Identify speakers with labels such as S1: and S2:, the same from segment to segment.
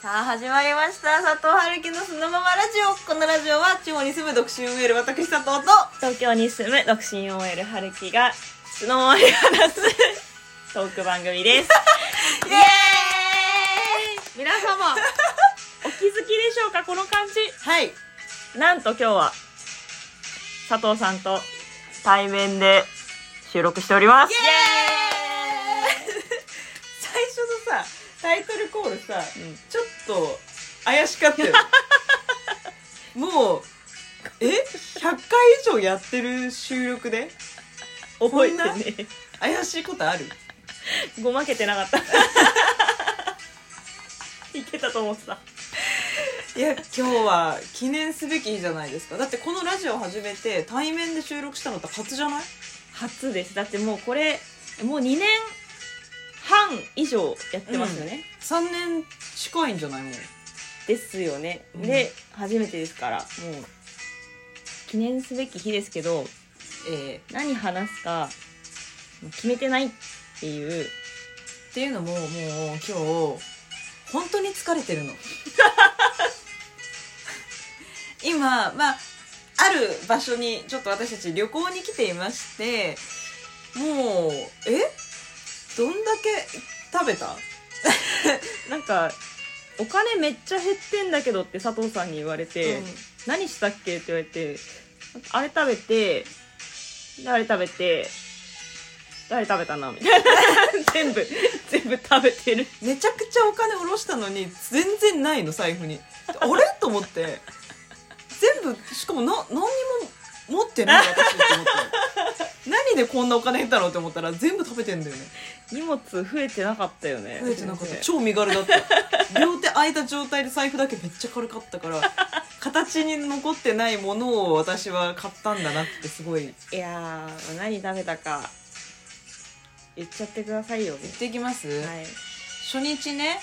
S1: さあ始まりました佐藤春樹のそのままラジオこのラジオは地方に住む独身 OL 私佐藤と
S2: 東京に住む独身 OL 春樹が素のままに話すトーク番組です
S1: イエーイ
S2: 皆様 お気づきでしょうかこの感じ
S1: はい
S2: なんと今日は佐藤さんと対面で収録しております
S1: イエーイ最初のさタイトルコールさ
S2: うん
S1: ちょっと怪しかった よもうえ100回以上やってる収録で
S2: 覚えてね
S1: 怪しいことある
S2: ごまけてなかった いけたと思ってた
S1: いや今日は記念すべき日じゃないですかだってこのラジオ始めて対面で収録したのって初じゃない
S2: 初ですだってもうこれもう2年半以上やってますよね、
S1: 3年近いんじゃないもう
S2: ですよね、
S1: うん
S2: で初めてですからもう記念すべき日ですけど
S1: えー
S2: 何話すかもう決めてないっていう
S1: っていうのももう今日本当に疲れて るの今まあある場所にちょっと私たち旅行に来ていましてもうえどんだけ食べた
S2: なんかお金めっちゃ減ってんだけどって佐藤さんに言われて、
S1: うん
S2: 何したっけって言われてあれ食べてであれ食べてであれ食べたなみたいな 全部全部食べてる
S1: めちゃくちゃお金下ろしたのに全然ないの財布にあれと思って全部しかもな何にも持ってない私って思って何でこんなお金減ったのって思ったら全部食べてんだよね
S2: 荷物増えてなかったよね
S1: 増えてなかった
S2: 全然
S1: 超身軽だった両手空いた状態で財布だけめっちゃ軽かったから形に残ってないものを私は買ったんだなってすごい
S2: いやー何食べたか言っちゃってくださいよは
S1: 言ってきます、
S2: い
S1: 初日ね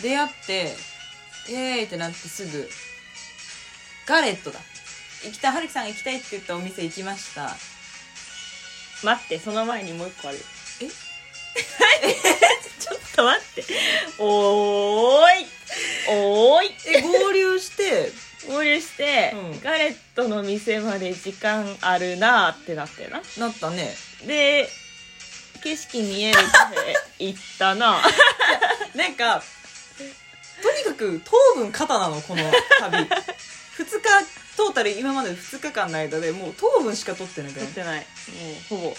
S1: 出会ってイエーイってなってすぐガレットだ行きたい春樹さんが行きたいって言ったお店行きました
S2: 待ってその前にもう一個ある
S1: え
S2: ちょっと待っておーいおーい
S1: え合流して
S2: 合流して、
S1: うん
S2: ガレットの店まで時間あるなーってなったよな
S1: なったね
S2: で景色見えるカフェ行ったな
S1: なんかとにかく糖分肩なのこの旅 2日トータル今まで2日間の間でもう糖分しか取ってないから
S2: 撮ってないもうほぼ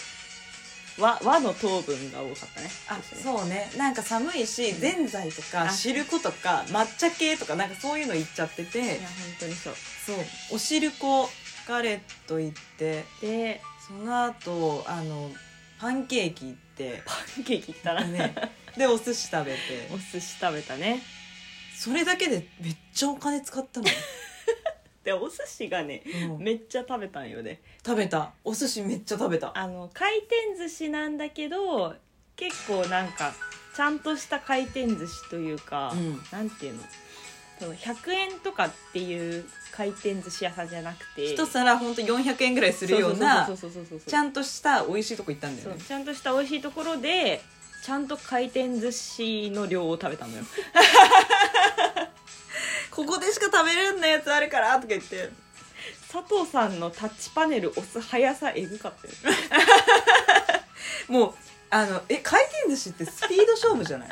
S2: 和和の糖分が多かったね
S1: あ
S2: ですね
S1: そうねなんか寒いしぜんざいとか
S2: あ
S1: 汁粉とか抹茶系とかなんかそういうのいっちゃってて
S2: いや本当にそう
S1: そうお汁粉ガレット行って
S2: で
S1: その後あのパンケーキ行って
S2: パンケーキ行ったな、
S1: ねでお寿司食べて
S2: お寿司食べたね
S1: それだけでめっちゃお金使ったの、
S2: でお寿司がね
S1: うん
S2: めっちゃ食べたんよね
S1: 食べたお寿司めっちゃ食べた
S2: あの回転寿司なんだけど結構なんかちゃんとした回転寿司というか、
S1: うん
S2: なんていうのその100円とかっていう回転寿司屋さんじゃなくて
S1: 一皿ほんと400円ぐらいするような
S2: そうそうそうそうそうそう
S1: ちゃんとした美味しいとこ行ったんだよ
S2: そう
S1: ね
S2: ちゃんとした美味しいところでちゃんと回転寿司の量を食べたのよ
S1: ここでしか食べれんのやつあるからとか言って
S2: 佐藤さんのタッチパネル押す速さえぐかったよ
S1: もうあのえ回転寿司ってスピード勝負じゃない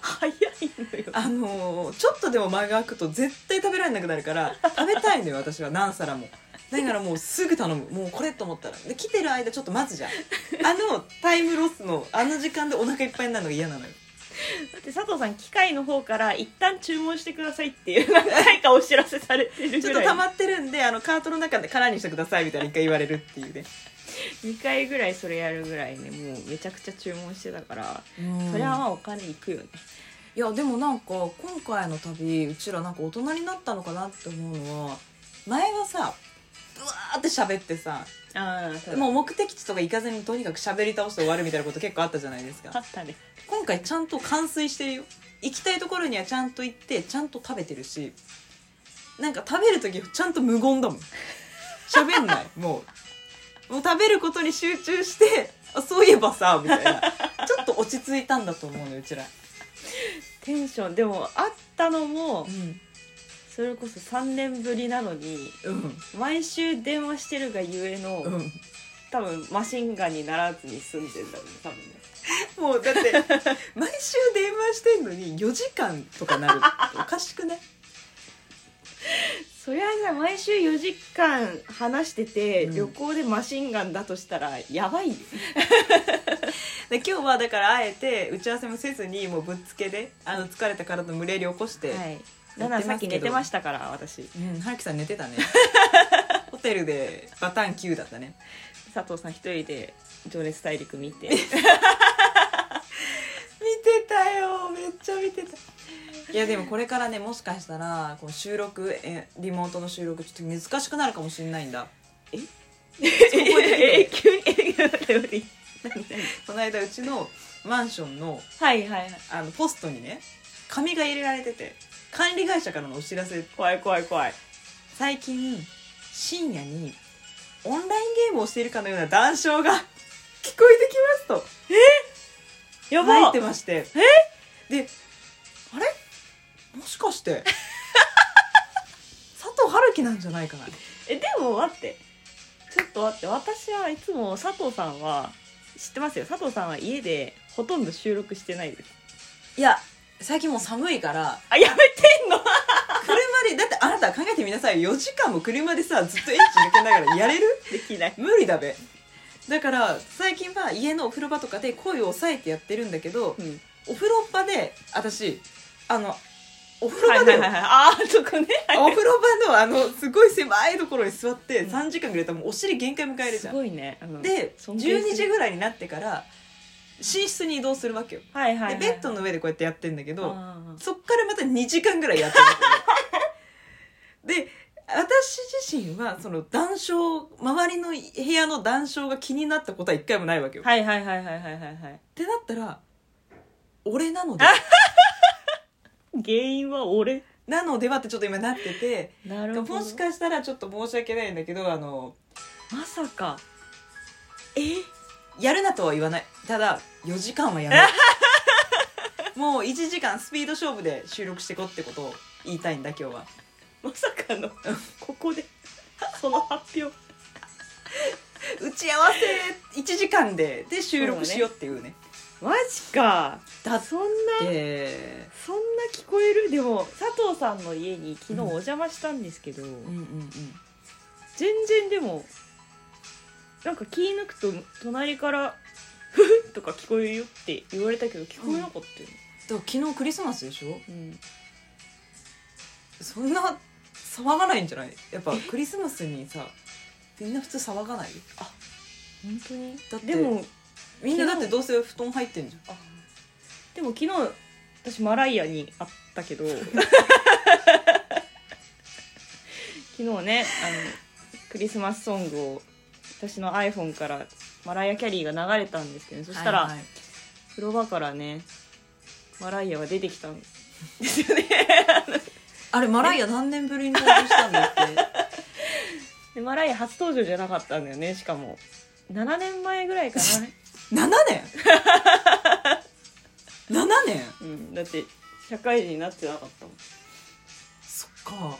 S2: 早いのよ
S1: あのーちょっとでも間が空くと絶対食べられなくなるから食べたいのよ私は何皿もだからもうすぐ頼むもうこれと思ったらで来てる間ちょっと待つじゃんあのタイムロスのあの時間でお腹いっぱいになるのが嫌なのよ
S2: だって佐藤さん機械の方から一旦注文してくださいっていう何回かお知らせされて
S1: ち
S2: るぐ
S1: ょっと
S2: らい
S1: 溜まってるんであのカートの中で空にしてくださいみたいな一回言われるっていうね
S2: 2回ぐらいそれやるぐらいねもうめちゃくちゃ注文してたから、それはまあお金いくよね
S1: いやでもなんか今回の旅うちらなんか大人になったのかなって思うのは前はさうわーって喋ってさ
S2: ああ
S1: もう目的地とか行かずにとにかく喋り倒して終わるみたいなこと結構あったじゃないです
S2: あ
S1: か
S2: ったね
S1: 今回ちゃんと完遂してるよ行きたいところにはちゃんと行ってちゃんと食べてるしなんか食べる時ちゃんと無言だもん喋ん ないもうもう食べることに集中 してあそういえばさみたいなちょっと落ち着いたんだと思うのようちら
S2: テンションでもあったのも
S1: うん
S2: それこそ3年ぶりなのに毎週電話してるがゆえの、
S1: うんうん
S2: 多分マシンガンにならずに済んでんだろうね多分ね
S1: もうだって毎週電話してんのに4時間とかなるおかしく ね
S2: そりゃさ毎週4時間話してて、
S1: うん
S2: 旅行でマシンガンだとしたらやばいよ
S1: で今日はだからあえて打ち合わせもせずにもうぶっつけであの疲れた体の無理やり起こして、
S2: はいだからさっき寝てましたから私
S1: うん春樹さん寝てた ねホテルでバタン9だったね
S2: 佐藤さん一人で「情熱大陸」見 て
S1: 見てたよめっちゃ見てたいやでもこれからねもしかしたらこの収録えリモートの収録ちょっと難しくなるかもしれないんだ
S2: え急に え待って待って
S1: この間うちのマンションの
S2: はいはいはい
S1: あのポストにね紙が入れられてて管理会社からのお知らせ
S2: 怖い怖い怖い
S1: 最近深夜にオンラインゲームをしているかのような談笑が聞こえてきますと
S2: や
S1: 入
S2: ば
S1: ってましてであれもしかして 佐藤春樹なんじゃないかな
S2: えでも待ってちょっと待って私はいつも佐藤さんは知ってますよ佐藤さんは家でほとんど収録してないです
S1: いや最近もう寒いから
S2: あやめてんの
S1: 車でだってあなた考えてみなさい4時間も車でさずっとエンジン抜けながらやれる
S2: できない
S1: 無理だべだから最近は家のお風呂場とかで声を抑えてやってるんだけど
S2: うん
S1: お風呂場で私あのお風呂
S2: はい
S1: 場で
S2: はいはいはいああそこね
S1: お風呂場のあのすごい狭いところに座って3時間ぐらいたらもうお尻限界迎えるじ
S2: す
S1: ゃん
S2: ごいね、うん
S1: で
S2: 尊敬する
S1: 12時ぐらいになってから寝室に移動するわけよ
S2: はいはい、は
S1: で
S2: い、
S1: ベッドの上でこうやってやってんだけど
S2: あー
S1: そっからまた2時間ぐらいやってるわけねで私自身はその談笑周りの部屋の談笑が気になったことは一回もないわけよ、
S2: はいはいはいはいはいはいはい
S1: ってなったら俺なの で
S2: 原因は俺
S1: なのではってちょっと今なってて
S2: なる
S1: もしかしたらちょっと申し訳ないんだけどあの
S2: まさかえ
S1: やるなとは言わないただ4時間はやらない もう1時間スピード勝負で収録してこってことを言いたいんだ今日は
S2: まさかのここでその発表
S1: 打ち合わせ1時間でで収録しようっていうね
S2: マジか
S1: だ
S2: そんな
S1: で
S2: そんな聞こえるでも佐藤さんの家に昨日お邪魔したんですけど、
S1: うんうんうん
S2: 全然でもなんか気抜くと隣から「ふふ」とか聞こえるよって言われたけど聞こえなかったよね、
S1: だから昨日クリスマスでしょ
S2: うん
S1: そんな騒がないんじゃないやっぱクリスマスにさみんな普通騒がない
S2: 本当に
S1: だって
S2: でも
S1: みんなだってどうせ布団入ってんじゃん
S2: あでも昨日私マライアに会っ たけど昨日ねあのクリスマスソングを私の iPhone からマライア・キャリーが流れたんですけど、そしたら、
S1: はいはい
S2: 風呂場からねマライアが出てきたんですよね
S1: あれマライア何年ぶりに登場したんだっけ
S2: でマライア初登場じゃなかったんだよねしかも7年前ぐらいか
S1: 7年 7年
S2: な、うん、だって社会人になってなかったもん
S1: そっか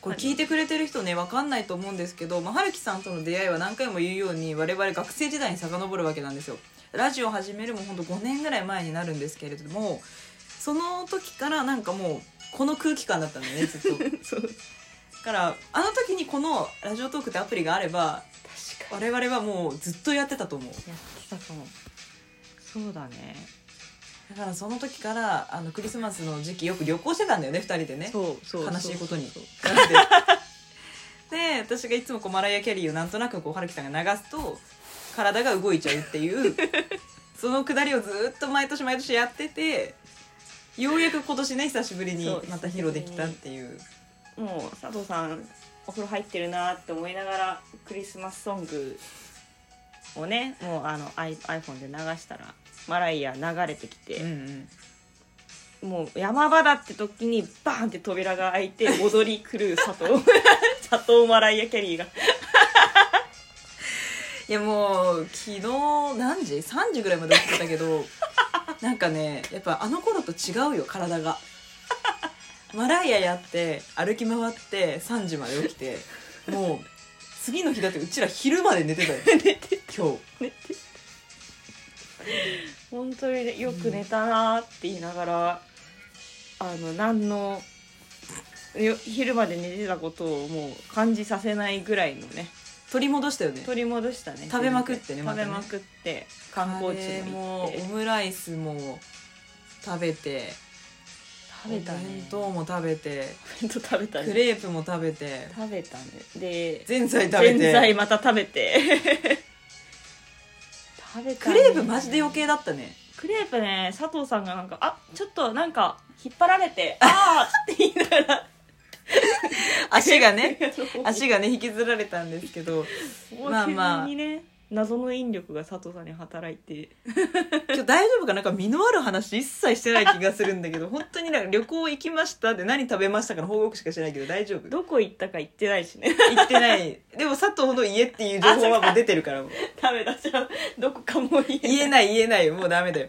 S1: これ聞いてくれてる人ね分かんないと思うんですけど、まあ、春樹さんとの出会いは何回も言うように我々学生時代に遡るわけなんですよラジオ始めるもほんと5年ぐらい前になるんですけれどもその時からなんかもうこの空気感だったんだよねずっと だ
S2: そう確
S1: からあの時にこの「ラジオトーク」ってアプリがあれば
S2: か
S1: 我々はもうずっとやってたと思う
S2: にやってたかもそうだね
S1: だからその時からあのクリスマスの時期よく旅行してたんだよね2人でね
S2: そうそう
S1: 悲しいことに
S2: そうそ
S1: なんでで私がいつもこうマライア・キャリーをなんとなくこう春樹さんが流すと体が動いちゃうっていう そのくだりをずっと毎年毎年やっててようやく今年ね久しぶりに
S2: そう
S1: また披露できたっていう
S2: うもう佐藤さんお風呂入ってるなって思いながらクリスマスソングをねもうあの i- iPhone で流したらマライア流れてきて、
S1: うんうん
S2: もう山場だって時にバーンって扉が開いて踊り狂う佐藤 佐藤マライア・キャリーが
S1: いやもう昨日何時 ?3 時ぐらいまで起きてたけどなんかねやっぱあの頃と違うよ体がマライアやって歩き回って3時まで起きてもう次の日だってうちら昼まで 寝てたよ
S2: 寝て
S1: 今日
S2: 本当にねよく寝たなーって言いながら、あの何のよ昼まで寝てたことをもう感じさせないぐらいのね
S1: 取り戻したよね
S2: 取り戻したね
S1: 食べまくってねま
S2: 食
S1: た
S2: べ
S1: ね
S2: まくって観光地も
S1: も
S2: 行って
S1: オムライスも食べて
S2: 食べたね
S1: お弁当も食べて
S2: 弁当食べた
S1: ク
S2: ね
S1: レープも食べて
S2: 食べたねで
S1: ぜんざい食べ
S2: ぜんざい
S1: て
S2: また食べて食べた
S1: ク
S2: ね
S1: レープマジで余計だった ね
S2: クレープね佐藤さんがなんか「あちょっとなんか引っ張られてあー」って言いながら
S1: 足がね 足がね引きずられたんですけどまあ
S2: まあ
S1: まあ
S2: まあにね謎の引力が佐藤さんに働いて
S1: 今日大丈夫かなんか身のある話一切してない気がするんだけ ど本当になんか旅行行きましたで何食べましたかの報告しかしてないけど大丈夫
S2: どこ行ったか行ってないしね
S1: 行ってないでも佐藤の家っていう情報はもう出てるからもう
S2: ダメだじゃあどこかも言えな い
S1: 言えない言えないもうダメだよ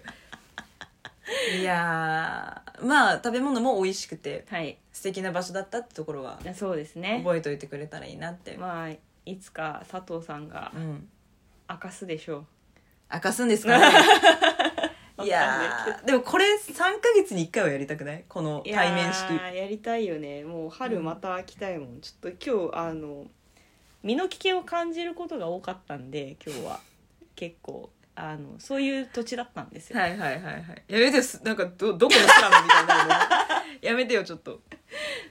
S1: いやーまあ食べ物も美味しくて
S2: はい
S1: 素敵な場所だったってところは
S2: そうですね
S1: 覚えといてくれたらいいなって、
S2: まあいつか佐藤さんが
S1: うん
S2: 明かすでしょ
S1: 明かすんですか ね
S2: う
S1: い
S2: い
S1: やーでもこれ3ヶ月に1回はやりたくないこの
S2: いやー
S1: 対面式
S2: やりたいよねもう春また来たいもん、ちょっと今日あの身の危険を感じることが多かったんで今日は結構あのそういう土地だったんですよ、
S1: はいはいはいはいやめてよすなんかどどこのスラムみたいになるの やめてよちょっと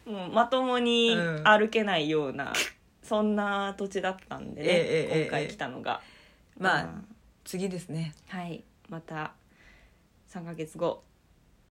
S2: もうまともに
S1: うん
S2: 歩けないような、そんな土地だったんでね、
S1: ええええ
S2: 今回来たのが、
S1: まあ次ですね
S2: あはいまた3ヶ月後